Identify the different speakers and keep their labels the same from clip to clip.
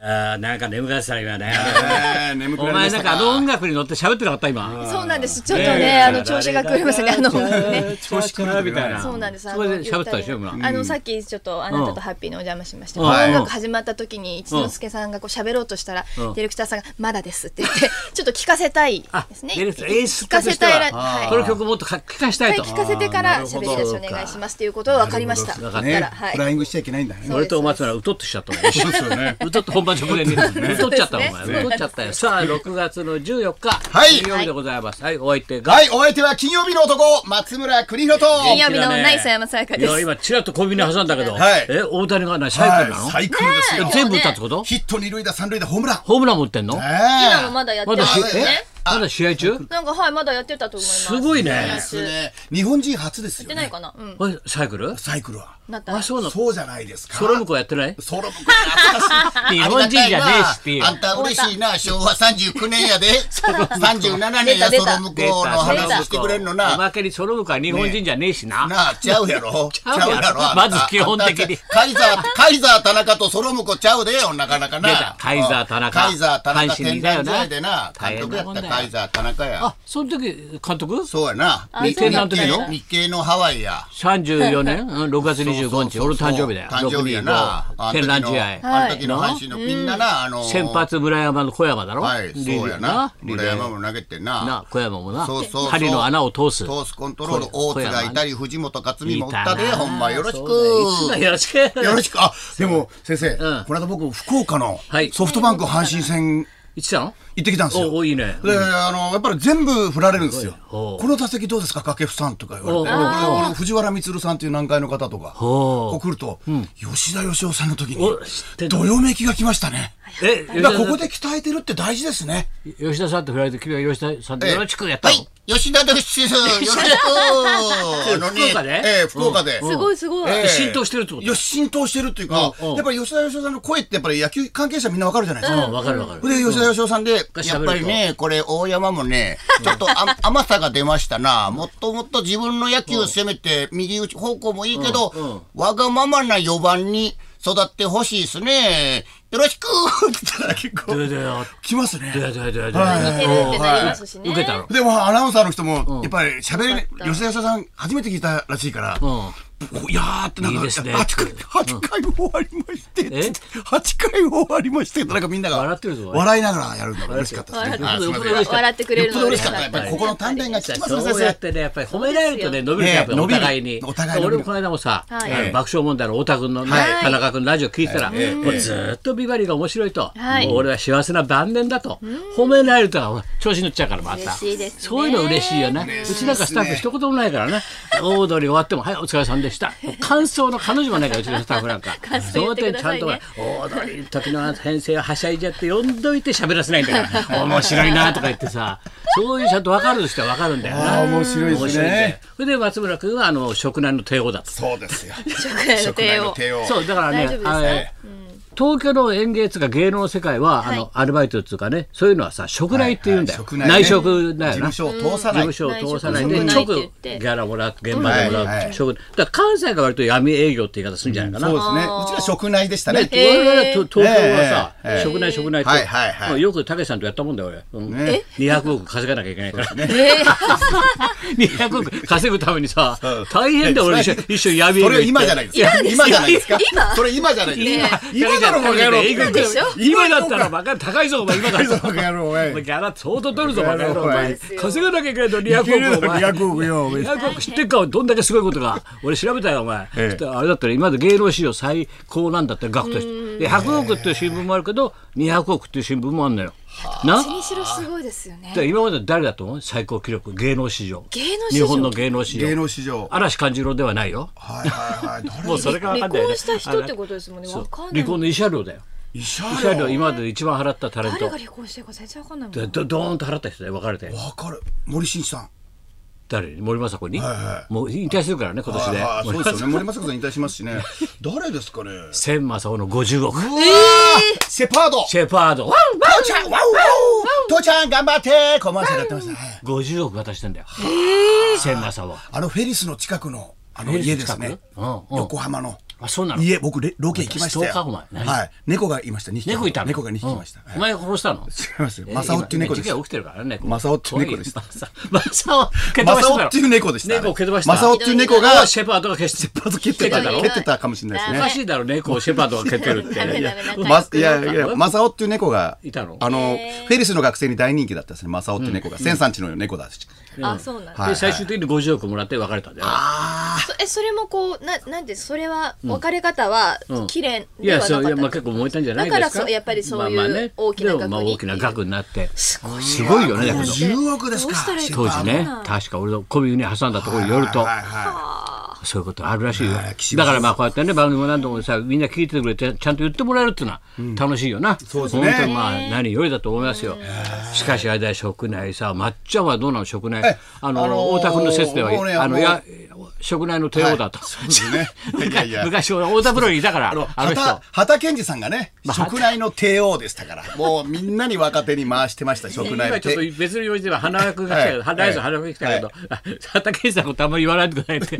Speaker 1: あーなんか眠くなってた今ね。
Speaker 2: えー眠 く
Speaker 1: お
Speaker 2: なりま
Speaker 1: 前
Speaker 2: し
Speaker 1: な
Speaker 2: た
Speaker 1: んか
Speaker 2: か
Speaker 1: あの音楽に乗って喋ってなかった今。
Speaker 3: そうなんです。ちょっとね、あの調子が狂いましたね。あの音楽ね。
Speaker 2: 調子狂ったみたいな
Speaker 3: そうなんです。あ
Speaker 1: そ
Speaker 3: の
Speaker 1: れで喋ったでしょ
Speaker 3: ゆ
Speaker 1: 今
Speaker 3: たりあのさっきちょっとあなたとハッピーのお邪魔しました。
Speaker 1: うん
Speaker 3: 音楽始まった時に一之輔さんがこう喋ろうとしたら、デ
Speaker 1: うん
Speaker 3: ィレクターさんがまだですって言って、 ちょっと聞かせたいですね。
Speaker 1: あディレクター演出家
Speaker 3: 聞か
Speaker 1: と
Speaker 3: せ
Speaker 1: して
Speaker 3: た
Speaker 1: はい
Speaker 3: ら、
Speaker 1: こ
Speaker 3: は
Speaker 1: の曲もっとか聞かし
Speaker 3: い、
Speaker 1: た
Speaker 3: はいい
Speaker 1: と。
Speaker 3: 聞かせてから喋り出しお願いしますということが分かりました。
Speaker 1: なるほど
Speaker 3: だか
Speaker 2: ね
Speaker 3: ら、は
Speaker 2: フライ
Speaker 3: い。
Speaker 2: ングしちゃいけないんだね
Speaker 1: 俺とお松村うとっとしちゃったもんね。
Speaker 2: そうですよね
Speaker 1: うとっと本番直前に。うとっちゃったお
Speaker 3: そ
Speaker 1: 前。
Speaker 3: うです
Speaker 1: う
Speaker 3: ね
Speaker 1: とっちゃったよ。さあ、6月の14日。
Speaker 2: い
Speaker 1: 金曜日でございます。はい、お相手が。
Speaker 2: はいお相手は金曜日の男松村邦弘と
Speaker 3: 金曜日のナイス山さやかで
Speaker 1: いや、
Speaker 3: す。
Speaker 1: 今、ちらっとコンビニ挟んだけど、
Speaker 2: はい
Speaker 1: え、大谷が何、サイクルなの
Speaker 2: はい最高ですよ
Speaker 1: え全部打ったってこと
Speaker 2: ヒット二塁打三塁打ホームラン
Speaker 1: ホームランも打ってんの
Speaker 3: 今も
Speaker 2: え
Speaker 3: まだやって
Speaker 1: ま
Speaker 3: ま
Speaker 1: だし、
Speaker 3: すよね。
Speaker 1: えまだ試合中
Speaker 3: なんかはいまだやってたと思います。
Speaker 1: すごいね
Speaker 3: や
Speaker 2: え
Speaker 3: っ
Speaker 2: すね日本人初ですよ
Speaker 3: てない
Speaker 2: ね
Speaker 3: かな。うん。
Speaker 1: これサイクル
Speaker 2: サイクルは
Speaker 3: なった。
Speaker 1: あ、そうなの
Speaker 2: そうじゃないですか
Speaker 1: ソロムコやってない
Speaker 2: ソロムコ懐かしい
Speaker 1: 日本人じゃねえしっていう
Speaker 4: あんた嬉しいな、昭和39年やで。37年や、
Speaker 3: 出
Speaker 4: ソ
Speaker 3: た
Speaker 4: ロ向こうの話してくれんの
Speaker 1: お
Speaker 4: な。
Speaker 1: まけにソロムコは日本人じゃねえしな。
Speaker 4: なあ、ちゃうや ろ。ち
Speaker 1: ゃうやろ
Speaker 4: あんた
Speaker 1: まず基本的に
Speaker 4: あんたカイザー、カイザー田中とソロ向こうちゃうでよ、なかなか
Speaker 1: 出た
Speaker 4: な。
Speaker 1: カイザー田中
Speaker 4: カイザー田中。
Speaker 1: 阪神だよな
Speaker 4: 天覧試合でな。監督や
Speaker 1: 大変なも
Speaker 4: っ
Speaker 1: んだ
Speaker 4: た
Speaker 1: よ
Speaker 4: カイザー田中や
Speaker 1: あ。、その時、監督
Speaker 4: そうやな。
Speaker 3: あ
Speaker 1: 日程なんていい
Speaker 3: そう
Speaker 1: の
Speaker 3: なんだ
Speaker 4: 日系のハワイや。
Speaker 1: ?34 年うん ?6 月25日。
Speaker 4: そう
Speaker 1: 俺
Speaker 4: そうそう
Speaker 1: 誕生日だよ。
Speaker 4: 誕生日やな。
Speaker 1: 625天覧試合。
Speaker 4: あの時のあの時の阪神のみんなな、あの、
Speaker 1: 先発村山の小山だろ
Speaker 4: はい、そうやな。村山も投げてな。
Speaker 1: な、小山もな。
Speaker 4: そうそうそう
Speaker 1: 針の穴を通す。
Speaker 4: トースコントロール
Speaker 1: こ
Speaker 4: 大津がいたり藤本克実も打ったでほんまよろしく
Speaker 1: そうだよよろしく。
Speaker 4: よろしくあ
Speaker 2: でも先生、
Speaker 1: うん
Speaker 2: この間僕福岡の
Speaker 1: はい
Speaker 2: ソフトバンク阪神戦
Speaker 1: いつだの
Speaker 2: 行ってきたんですよ
Speaker 1: おおいいね
Speaker 2: であのやっぱり全部振られるんですよ
Speaker 1: おう
Speaker 2: この打席どうですか掛布さんとか言われて
Speaker 1: おうおう
Speaker 2: このこの藤原充さんという南海の方とか
Speaker 1: おう
Speaker 2: こう来ると、吉田義雄さんの時
Speaker 1: お知ってん
Speaker 2: に
Speaker 1: の
Speaker 2: どよめきが来ましたね
Speaker 1: え、
Speaker 2: だからここで鍛えてるって大事ですね
Speaker 1: 吉田さんと振られて、君は吉田さんと
Speaker 4: ええ
Speaker 1: よろしくやった
Speaker 4: は
Speaker 1: の。
Speaker 4: い吉田 ですよろしくあのね
Speaker 1: 福岡で
Speaker 4: ええ福岡です
Speaker 3: ごいすごい。
Speaker 4: ええ
Speaker 1: 浸透してるってこ
Speaker 2: いや浸透してるっていうか
Speaker 1: うんうん
Speaker 2: やっぱり吉田義雄さんの声ってやっぱり野球関係者みんなわかるじゃないですか
Speaker 1: と。うん、わかるわかる。
Speaker 4: で吉田義雄さんで、
Speaker 1: ん
Speaker 4: やっぱりね、これ、大山もね、ちょっと あ甘さが出ましたな、もっともっと自分の野球を攻めて、右打ち方向もいいけ
Speaker 1: うんうん
Speaker 4: ど、わがままな4番に育ってほしいですね、よろしくって言ったら結構、
Speaker 1: ででよ、
Speaker 2: 来ますね
Speaker 1: ででででで。
Speaker 3: 似てるってなりますしね。
Speaker 1: 受けたの。
Speaker 2: でもアナウンサーの人
Speaker 1: ん
Speaker 2: もやっぱり喋れ吉田義雄さん初めて聞いたらしいから
Speaker 1: うん。
Speaker 2: いやーってなん
Speaker 1: いい
Speaker 2: か
Speaker 1: ですね
Speaker 2: 8回八回終わりまして
Speaker 1: え
Speaker 2: 8回終わりましてなんかみんなが
Speaker 1: 笑ってるぞおい
Speaker 2: 笑いながらやるのが嬉しかったですね
Speaker 4: あすいません
Speaker 3: 笑ってくれる
Speaker 2: よっ
Speaker 3: の
Speaker 2: ぽど嬉しかったやっぱりここの鍛錬が効きますね先
Speaker 1: そうやっ
Speaker 2: 生
Speaker 1: てね、やっぱり褒められるとね、伸びるねやっぱり
Speaker 2: ね
Speaker 1: お互いに
Speaker 2: 伸び。るお互い伸びる
Speaker 1: 俺もこの間もさ、あ
Speaker 3: はい
Speaker 1: の爆笑問題の太田君のね
Speaker 3: はい
Speaker 1: 田中君のラジオ聞いてたら、もうずーっとビバリーが面白いと、
Speaker 3: はい
Speaker 1: もう俺は幸せな晩年だと、褒められるとほら調子に乗っちゃうからまた。
Speaker 3: 嬉しいですね
Speaker 1: そういうの嬉しいよね。うちなんかスタッフ一言もないからね、オードリー終わっても、はい、お疲れさんでした。もう感想の彼女もないから、うちのスタッフなんか。
Speaker 3: 感想言ってくださいね
Speaker 1: そうやってちゃんとほら、オードリーの時の先生をはしゃいじゃって呼んどいて喋らせないんだから、面白いなとか言ってさ、そういうちゃんと分かる人は分かるんだよな。
Speaker 2: 面白
Speaker 1: 面白いね。それで松村君はあの職内の帝王だと。
Speaker 2: そうですよ
Speaker 3: 食材の帝
Speaker 2: 帝王
Speaker 1: そうだから
Speaker 3: 大丈
Speaker 1: ね
Speaker 3: 夫で、すか
Speaker 1: あれ東京の演芸とか芸能の世界は、あのアルバイトっていうかね、そういうのはさ職内っていうんだよ。
Speaker 2: はいはい
Speaker 1: 内職だ
Speaker 2: 事
Speaker 1: よな。
Speaker 2: 務所を通さない
Speaker 1: 事務所を通さない
Speaker 3: 内
Speaker 1: で
Speaker 3: 職
Speaker 1: 直
Speaker 3: 職内
Speaker 1: ギ
Speaker 3: って言って
Speaker 1: ャラもらう現場でも
Speaker 2: はい
Speaker 1: ら
Speaker 2: は
Speaker 1: う
Speaker 2: い
Speaker 1: 職だから関西が割と闇営業って言い方するんじゃないかな。
Speaker 2: そうですねうちら職内でしたね
Speaker 1: ね我々はと東京はさ、
Speaker 2: ええ
Speaker 1: 職内職内と、
Speaker 4: はいはいはい
Speaker 1: まあよくたけしさんとやったもんだよ俺、うん
Speaker 2: ね
Speaker 1: 200億稼がなきゃいけないから、
Speaker 3: え
Speaker 1: 200億稼ぐためにさ大変だよ俺一緒一緒に闇営業
Speaker 4: そ
Speaker 1: 行
Speaker 4: れ
Speaker 1: って
Speaker 4: 今じゃないです
Speaker 1: や
Speaker 4: か、今じゃないですか、
Speaker 3: 今
Speaker 4: それ今じゃないですか。
Speaker 1: 今だろバカ野郎
Speaker 3: でしょ
Speaker 1: 今だったらバカ高いぞお前今だったら
Speaker 2: バカ野郎おい
Speaker 1: お前ギャラ相当取るぞバカ野郎お
Speaker 2: バカ野郎
Speaker 1: 前稼がなきゃいけないと200億お前
Speaker 2: 200億よお前
Speaker 1: 200億知ってっかどんだけすごいことか俺調べたよお前、
Speaker 2: ええ
Speaker 1: そしたらあれだったら今まで芸能史上最高なんだって額としてで100億っていう新聞もあるけど200億っていう新聞もあるのよな
Speaker 3: にしろすごいですよね
Speaker 1: だか。ら今まで誰だと思う最高記録芸能史上
Speaker 3: 芸能史上
Speaker 1: 日本の芸能史上
Speaker 2: 芸能史上
Speaker 1: 嵐勘十郎ではないよ
Speaker 2: はいはいはい
Speaker 1: もうそれが分か
Speaker 3: 離
Speaker 1: んないよね
Speaker 3: 婚した人ってことですもんね。
Speaker 1: そう
Speaker 3: わかんない。
Speaker 1: 離婚の慰謝料だよ
Speaker 2: 医者
Speaker 1: 慰謝料
Speaker 2: よ
Speaker 1: 今までで一番払ったタレン
Speaker 3: 誰
Speaker 1: ト
Speaker 3: が離婚してるか全然わかんないもん。
Speaker 1: でどどーんと払った人で別れて
Speaker 2: わかる森進一さん
Speaker 1: 誰に森政子に、
Speaker 2: は
Speaker 1: もう引退するからね今年で
Speaker 2: はいはいそう
Speaker 1: 森
Speaker 2: ですよね森政子さん引退しますしね誰で すかね
Speaker 1: 千正夫の50億
Speaker 2: セパード
Speaker 1: シェパード
Speaker 2: 父ちゃん、ワウワウ父ちゃん頑張ってコマーシャルやってましたね。
Speaker 1: 50億渡してんだよ千正夫
Speaker 2: あのフェリスの近くの、あの家ですね
Speaker 1: フェリス近くうんうん。
Speaker 2: 横浜の。
Speaker 1: あそうなの
Speaker 2: いえ、僕レ、ロケ行きました
Speaker 1: ストーカーお
Speaker 2: よ。
Speaker 1: 前
Speaker 2: はい。猫がいました、2匹。
Speaker 1: 猫いたの
Speaker 2: 猫が2匹いました。
Speaker 1: うんお前が殺したの
Speaker 2: 違いますよ。マサオっていう猫です
Speaker 1: 事。件起きてるからね。
Speaker 2: マサオっていう猫です
Speaker 1: マサマサオ、蹴飛ば
Speaker 2: マ
Speaker 1: し
Speaker 2: サ
Speaker 1: た
Speaker 2: オ
Speaker 1: だ
Speaker 2: っていう
Speaker 1: ろ。
Speaker 2: 猫でした。
Speaker 1: 猫を蹴飛ばした
Speaker 2: マサオっていう猫が、
Speaker 1: シェパードが消して、
Speaker 2: まず蹴って
Speaker 1: 蹴
Speaker 2: た
Speaker 1: ってたの
Speaker 2: 蹴ってたかもしれない
Speaker 1: お
Speaker 2: で
Speaker 1: か
Speaker 2: す
Speaker 1: しいだろ、猫をシェパードが蹴ってるっ
Speaker 3: ダメダ
Speaker 1: て。
Speaker 3: メ仲良く
Speaker 2: ね。
Speaker 3: な
Speaker 2: ま
Speaker 3: っ、
Speaker 2: いやいや、マサオっていう猫が、
Speaker 1: いたの
Speaker 2: あの、フェリスの学生に大人気だったんですね。マサオっていう猫が。千三地の猫だし。
Speaker 3: あ、そうなんだ。
Speaker 2: はい
Speaker 1: で、最終的に50億もらって別れたんだよ。
Speaker 3: そえ、それもこう、な、なんで、それは、別れ方は
Speaker 1: うん、
Speaker 3: 綺麗
Speaker 1: い
Speaker 3: で
Speaker 1: や、
Speaker 3: はなか
Speaker 1: そう、いや、ま
Speaker 3: っ
Speaker 1: あ、
Speaker 3: た。
Speaker 1: 結構燃えたんじゃないですか。
Speaker 3: だからそうやっぱりそういう
Speaker 1: まあまあね
Speaker 3: 大きな額に
Speaker 1: でもまあ、大きな額になって。す
Speaker 3: ご
Speaker 1: い。すごいよね、だけど。
Speaker 2: 10億ですか。
Speaker 1: 当時ね、確か俺の小指に挟んだところによると。
Speaker 2: はいは
Speaker 1: そういうことあるらしいよ。
Speaker 2: はい岸本
Speaker 1: だからまあこうやってね番組も何度もさみんな聞いててくれてちゃんと言ってもらえるっていうのは楽しいよな。
Speaker 2: そうですね
Speaker 1: 本当にまあ何よりだと思いますよ。しかしあれだよ食内さまっちゃんはどうなの食内
Speaker 2: え
Speaker 1: あ
Speaker 2: あの
Speaker 1: の
Speaker 2: ー
Speaker 1: 太田君の説では
Speaker 2: もうね
Speaker 1: あ
Speaker 2: も
Speaker 1: の
Speaker 2: う
Speaker 1: や食内の帝王だと。
Speaker 2: い。そうですね。いやいや。
Speaker 1: 昔太田プロにいたから
Speaker 2: あの、
Speaker 1: あの人。
Speaker 2: 畑、畑健二さんがね、
Speaker 1: まあ
Speaker 2: 食内の帝王でしたから、もうみんなに若手に回してました、食
Speaker 1: 今
Speaker 2: 内の
Speaker 1: ちょっと
Speaker 2: 帝
Speaker 1: 別の用事では花輪君が来たけど、
Speaker 2: はい
Speaker 1: 花輪さん花輪君来たけど、畑健さんのことあんまり言わないでくださいって。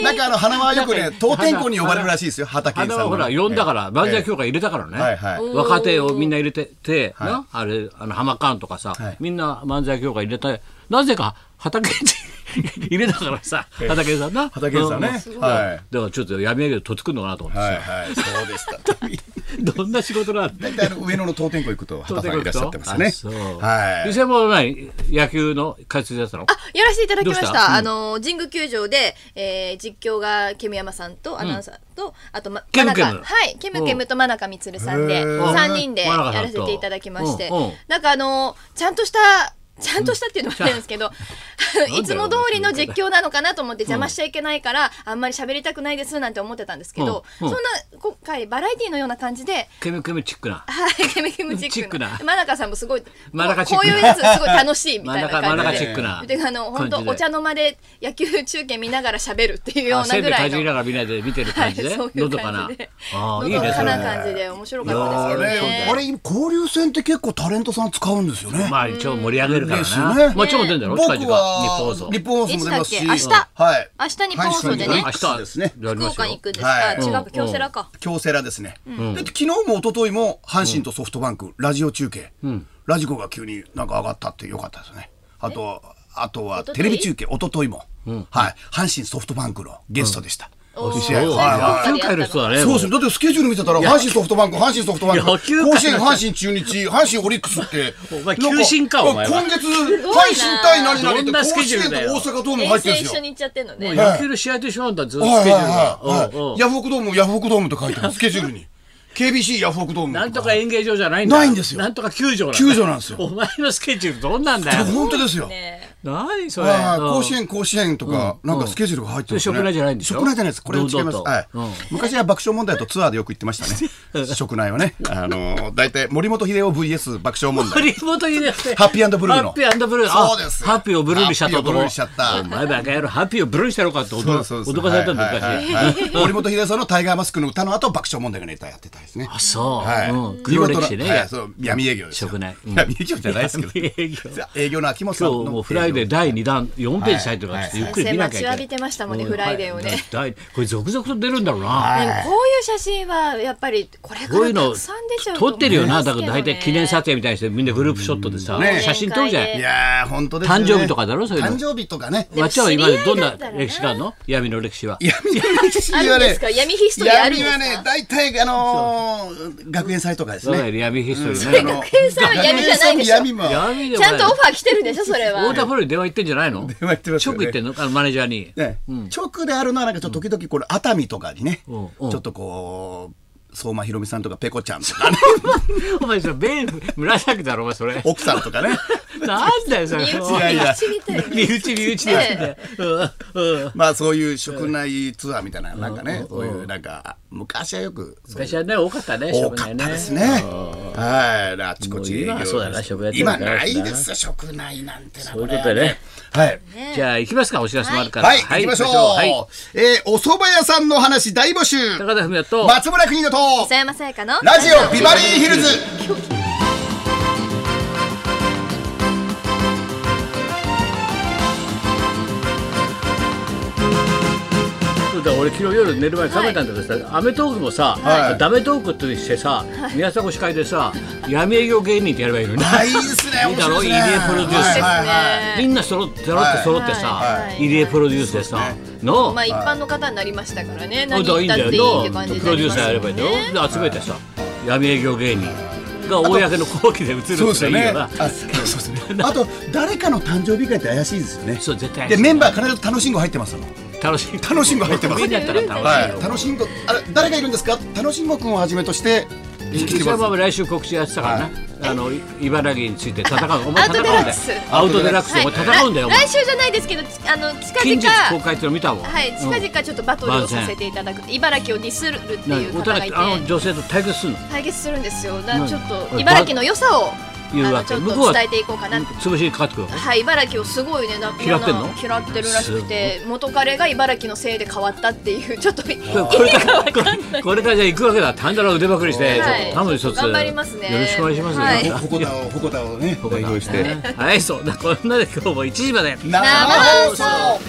Speaker 2: 王。なんかあの、花はよく
Speaker 1: なん
Speaker 2: ね
Speaker 1: か、
Speaker 2: 当店校に呼ばれるらしいですよ、畑健
Speaker 1: 花
Speaker 2: 二
Speaker 1: は
Speaker 2: さん
Speaker 1: ほ
Speaker 2: の
Speaker 1: ら
Speaker 2: ね。
Speaker 1: 呼んだから漫才協会入れたからね、
Speaker 2: はいはい
Speaker 1: 若手をみんな入れてて、なあれあの浜カンとかさ、
Speaker 2: はい
Speaker 1: みんな漫才協会入れたなぜか畑に入れたからさ畑さんな
Speaker 2: 畑健二さんね
Speaker 1: う
Speaker 2: すごいはい
Speaker 1: だからちょっと闇営業とっつくのかなと思ってさ、
Speaker 2: はいはい、そうでした。
Speaker 1: どんな仕事なんだ
Speaker 2: 大体あの上野の当店校行くと、畑さんいらっしゃってます
Speaker 1: あ
Speaker 2: ね
Speaker 1: そう。
Speaker 2: はい。
Speaker 1: 店もない野球の解説やってたの
Speaker 3: あやらせていただきました
Speaker 1: どうしたうん
Speaker 3: あの神宮球場で、えー、実況がケムヤマさんとアナウンサーと、あと、ま、
Speaker 1: ケムケム
Speaker 3: 真中はいケムケムと真中充さんで
Speaker 2: へー
Speaker 3: 3人で
Speaker 1: 真
Speaker 3: や
Speaker 1: 中さんと
Speaker 3: らせていただきまして
Speaker 1: うんうん
Speaker 3: なんかあのちゃんとしたちゃんとしたっていうのもあれなんですけど、
Speaker 1: よ
Speaker 3: いつも通りの実況なのかなと思って邪魔しちゃいけないから、あんまり喋りたくないですなんて思ってたんですけど、
Speaker 1: うんうん
Speaker 3: そんな今回バラエティのような感じで
Speaker 1: ケムケムチックな
Speaker 3: はい、ケムケムチックな。
Speaker 1: チック
Speaker 3: 真中さんもすごい、こう
Speaker 1: 真中チック
Speaker 3: こういうやつすごい楽しいみたいな
Speaker 1: 真
Speaker 3: 感
Speaker 1: 中真中チ
Speaker 3: じ
Speaker 1: ックな
Speaker 3: で。で、あの、本当
Speaker 1: 感じで
Speaker 3: お茶の間で野球中継見ながら喋るっていうよう
Speaker 1: あ
Speaker 3: な
Speaker 1: 線
Speaker 3: ぐ
Speaker 1: で
Speaker 3: らい
Speaker 1: かじりな
Speaker 3: の。
Speaker 1: がら見ないで見てる感じ
Speaker 3: は
Speaker 1: で
Speaker 3: い、そういう感じで
Speaker 1: のどかなああいい
Speaker 3: の
Speaker 1: ね
Speaker 3: ど
Speaker 1: そ
Speaker 3: か
Speaker 1: れ
Speaker 3: な感じで面白かった
Speaker 2: あ
Speaker 3: ですけど
Speaker 2: れ
Speaker 3: ね。、
Speaker 2: あれ、交流戦って結構タレントさん使うんですよね。
Speaker 1: まあ一応盛り上げるから
Speaker 2: ですよ
Speaker 1: な。
Speaker 2: ね
Speaker 1: もちろん出んだろ、
Speaker 2: 僕
Speaker 1: スタジオが日本放
Speaker 2: は
Speaker 1: 送。
Speaker 2: 日本放送も出ますし、
Speaker 3: いつだっけ明日
Speaker 2: はい、
Speaker 3: 明日日本放送でね
Speaker 2: 明日ですね。
Speaker 1: やり
Speaker 3: 福
Speaker 1: ます
Speaker 3: 岡に
Speaker 1: よ
Speaker 3: 行。くんですか、
Speaker 2: はい
Speaker 3: 違
Speaker 1: うん
Speaker 3: う、京セラか。
Speaker 2: 京セラですね、だって昨日も一昨日も阪神とソフトバンク、ラジオ中継、ラジコが急になんか上がったってよかったですねあとあとは
Speaker 3: 一昨日
Speaker 2: テレビ中継一昨日も、はい阪神ソフトバンクのゲストでした、
Speaker 3: おー
Speaker 2: 試合
Speaker 1: そう
Speaker 2: はいはい
Speaker 1: 野球界の人だね。
Speaker 2: そうですね。だってスケジュール見てたら、阪神ソフトバンク、阪神ソフトバンク、
Speaker 1: 野
Speaker 2: 甲
Speaker 1: 球界の
Speaker 2: 子園、阪神中日、阪神オリック スって、
Speaker 1: お前
Speaker 2: なん
Speaker 1: 球審かお前は
Speaker 2: 今月、阪神対何々っ
Speaker 1: どん
Speaker 2: て、
Speaker 1: な
Speaker 2: 甲
Speaker 1: スケ
Speaker 2: 子
Speaker 1: ジュー
Speaker 2: 園
Speaker 1: ルだよ
Speaker 2: と大阪ドーム入
Speaker 3: 遠
Speaker 2: ってるん
Speaker 3: 征
Speaker 2: で
Speaker 3: 一
Speaker 2: す
Speaker 3: 緒
Speaker 2: よ。
Speaker 3: に行っちゃってんの
Speaker 1: もう
Speaker 3: ね。
Speaker 1: 野球の試合と一緒なんだ、ずっとス
Speaker 2: はい
Speaker 1: ケジュールが
Speaker 2: はいはい
Speaker 1: うん
Speaker 2: は
Speaker 1: うん。
Speaker 2: いヤフオクドーム、ヤフオクドームと書いてある、スケジュールに。KBC ヤフオクドーム。
Speaker 1: なんとか演芸場じゃないんだ。
Speaker 2: ないんですよ
Speaker 1: なんとか球場なんだ
Speaker 2: 球場なんですよ
Speaker 1: お前のスケジュールどんなんだよ。
Speaker 2: 本当ですよ。
Speaker 3: ね
Speaker 1: 何それ。
Speaker 2: ああ
Speaker 1: うん
Speaker 2: 甲子園、甲子園とか、なんかスケジュールが入ってます
Speaker 1: そ
Speaker 2: ね。
Speaker 1: れ食内じゃないんでしょ
Speaker 2: 食内じゃないです。これ違い
Speaker 1: 堂
Speaker 2: ま
Speaker 1: 々
Speaker 2: す。
Speaker 1: と
Speaker 2: はい
Speaker 1: うん。
Speaker 2: 昔は爆笑問題とツアーでよく行ってました ね。食内はね、あのー、大体森本秀夫 VS 爆笑問題。
Speaker 1: リモートにね、
Speaker 2: ハッピーブルーの
Speaker 1: ハッピーブルー。あ
Speaker 2: そうです
Speaker 1: ハッピーをブルーにしちゃった
Speaker 2: ハッピーをブルーにしちゃった
Speaker 1: お前バカ野郎、ハッピーをブルーにしたのかって
Speaker 2: そう
Speaker 1: 驚
Speaker 2: ですそうです
Speaker 1: 驚かされたんだ、
Speaker 2: はいはい
Speaker 1: 昔。
Speaker 2: はいはい 森本秀夫さんのタイガーマスクの歌の後、爆笑問題がネタやってたですね。
Speaker 1: あ、そう。
Speaker 2: はい
Speaker 1: うん。。
Speaker 2: 見
Speaker 1: 黒
Speaker 2: 事な
Speaker 1: 歴史ね。
Speaker 2: はいそう闇営業ですよ。
Speaker 1: 食内うん
Speaker 2: 闇営業じゃないですけど。
Speaker 1: 闇営業
Speaker 2: 営業の秋元さん
Speaker 1: 今
Speaker 2: の営業。
Speaker 1: 日もうフライデー第2弾4ページ入ってるからちょっとゆっく
Speaker 3: 先
Speaker 1: り
Speaker 3: 生
Speaker 1: 見な
Speaker 3: 待
Speaker 1: きゃ
Speaker 3: ちわび
Speaker 1: いけ
Speaker 3: て
Speaker 1: ない。
Speaker 3: ましたもんね、フライデーをね。
Speaker 1: 第これ続々と出るんだろうな。
Speaker 3: でもこういう写真はやっぱりこれか
Speaker 1: こうい
Speaker 3: ら
Speaker 1: う
Speaker 3: た
Speaker 1: の
Speaker 3: くさん出ちゃうと
Speaker 1: 撮
Speaker 3: 思い
Speaker 1: っ
Speaker 3: ます
Speaker 1: てるよな。
Speaker 3: け
Speaker 1: だ
Speaker 3: ど
Speaker 1: か
Speaker 3: ね
Speaker 1: ら大体記念撮影みたいにしてみんなグループショットでさ
Speaker 2: ね、
Speaker 1: 写真撮るじゃないい。
Speaker 2: いやー、本当ですよね
Speaker 1: 誕生日とかだろそういうの
Speaker 2: 誕生日とかね。
Speaker 1: わっちゃんは今までどんな
Speaker 3: 知り合いだったらな
Speaker 1: 歴史があるの闇の歴史は。
Speaker 2: 闇の歴史は
Speaker 3: あ
Speaker 2: ね。
Speaker 3: るんですか闇ヒストリーあるんですか
Speaker 2: 闇はね、大体、あのー、学園祭とかです
Speaker 1: そうだよ
Speaker 2: ね。
Speaker 1: ね闇ヒストリー
Speaker 2: あの
Speaker 1: ね。
Speaker 3: 学園祭は闇じゃないでしょ
Speaker 2: 闇も。
Speaker 1: 闇でも
Speaker 3: ち
Speaker 1: ない
Speaker 3: ゃんとオファー来てるでしょそ れは
Speaker 1: 太田プロに電話行ってんじゃないの
Speaker 2: 電話行ってますよ
Speaker 1: 直
Speaker 2: ね
Speaker 1: 行ってんのあのマネージャーに。
Speaker 2: ね、直であるのはなんかちょっと時々これ熱海とかにね、
Speaker 1: うんうん
Speaker 2: ちょっとこう相馬ひろみさんとかペコちゃんと かね
Speaker 1: お前それベール紫だろお前それ。
Speaker 2: 奥さんとかね
Speaker 1: なんだよそれ。
Speaker 3: 身内
Speaker 2: いやいや
Speaker 3: 身内みたいな
Speaker 1: 身内身内だって。うんうん。
Speaker 2: まあそういう食内ツアーみたいななんかねそういうなんか昔はよくそういう
Speaker 1: 昔はね多かったね。
Speaker 2: 多
Speaker 1: 食
Speaker 2: かっ
Speaker 1: 内
Speaker 2: たですね。はい、あちこち営業
Speaker 1: もう今はそうだな食内や
Speaker 2: 今
Speaker 1: ってるから
Speaker 2: な
Speaker 1: な
Speaker 2: ないですよ、食内なんてな。
Speaker 1: そういう
Speaker 2: れ
Speaker 1: こ
Speaker 2: は
Speaker 1: とでね。
Speaker 2: はい。
Speaker 1: じゃあ行きますかお知らせもあるから。
Speaker 2: はい、行きましょう。
Speaker 1: はい。
Speaker 2: えーお蕎麦屋さんの話大募集。
Speaker 1: 高田文也と。
Speaker 2: 松村邦乃と、
Speaker 3: 磯山さやかの
Speaker 2: ラジオビバリーヒルズ。
Speaker 1: ことは俺昨日夜寝る前に食べたんだけどさ、アメトークもさ、
Speaker 2: はい
Speaker 1: ダメトークとしてさ、宮迫司会でさ、闇営業芸人ってやればいいのにね。
Speaker 2: あいいですね。
Speaker 1: いいだろ
Speaker 2: 面白ですね
Speaker 1: 入江プロデュース
Speaker 2: はいはいはい
Speaker 1: みんな揃って揃って揃って
Speaker 3: は
Speaker 1: さ
Speaker 3: い、はい
Speaker 1: 入江プロデュースでさ、の、
Speaker 3: まあ一般の方になりましたからね。何
Speaker 1: だからいい
Speaker 3: 言
Speaker 1: ん
Speaker 3: った
Speaker 1: だよ
Speaker 3: っていいって感じ
Speaker 1: の
Speaker 3: に
Speaker 1: プ
Speaker 3: な
Speaker 1: ロデ
Speaker 3: り
Speaker 1: ューサ
Speaker 3: ます
Speaker 1: ーやれ
Speaker 3: よ
Speaker 1: ばいいんだ
Speaker 3: ね。
Speaker 1: よ。で集めてさ、闇営業芸人が公の後期で映るって
Speaker 2: そうですよ
Speaker 1: いい
Speaker 2: ね。
Speaker 1: よな。
Speaker 2: あそうですね。あと誰かの誕生日会って怪しいですよね。
Speaker 1: そう絶対
Speaker 2: でメンバー必ず楽しんご入ってますもん。
Speaker 1: 楽しい
Speaker 2: 楽しんご入ってます
Speaker 1: みんなやったら楽しいよ。
Speaker 2: はい。楽しんごあれ誰がいるんですか。楽しんごくんをはじめとして来て
Speaker 1: 石
Speaker 2: ま
Speaker 1: 山
Speaker 2: す。
Speaker 1: は来週告知やってたからな、あのい茨城について戦う、お前
Speaker 3: アウ
Speaker 1: 戦うん
Speaker 3: トデ
Speaker 1: だ
Speaker 3: ラ
Speaker 1: よ
Speaker 3: ックス、
Speaker 1: アウトデラックス、お前戦うんだよ、お前
Speaker 3: 来週じゃないですけど、つあの近
Speaker 1: 近日公
Speaker 3: 々。
Speaker 1: 開っての見たもん、
Speaker 3: はい、近
Speaker 1: うん
Speaker 3: 々ちょっとバトルをさせていただく、茨城をディスるって
Speaker 1: な
Speaker 3: い
Speaker 1: お
Speaker 3: う方が
Speaker 1: 互
Speaker 3: い
Speaker 1: い
Speaker 3: て。
Speaker 1: あの女性と対決するの、
Speaker 3: 対決するんですよ。だから
Speaker 1: 何
Speaker 3: ちょっと茨城の良さを。
Speaker 1: 言うわ
Speaker 3: あのち
Speaker 1: け
Speaker 3: ょっ
Speaker 1: 向こうは
Speaker 3: と伝えていこうかな。
Speaker 1: 潰しにかかってくるわけ
Speaker 3: はい、茨城をすごいね、な
Speaker 1: 嫌ってんの
Speaker 3: な嫌ってるらしくて、元彼が茨城のせいで変わったっていう、ちょっと。
Speaker 1: これ からこれこれからじゃあ行くわけだ、単だら腕まくりして、
Speaker 3: はい
Speaker 1: ちょっとタモリ卒
Speaker 3: 頑張りますね
Speaker 1: よろしくお 願いしますよ。
Speaker 3: はい
Speaker 2: ほこたをほこたをね
Speaker 1: ここだ
Speaker 2: 代表して。
Speaker 1: はい、そんなこんなで今日も1時まで。
Speaker 2: 生
Speaker 3: 放
Speaker 2: 送。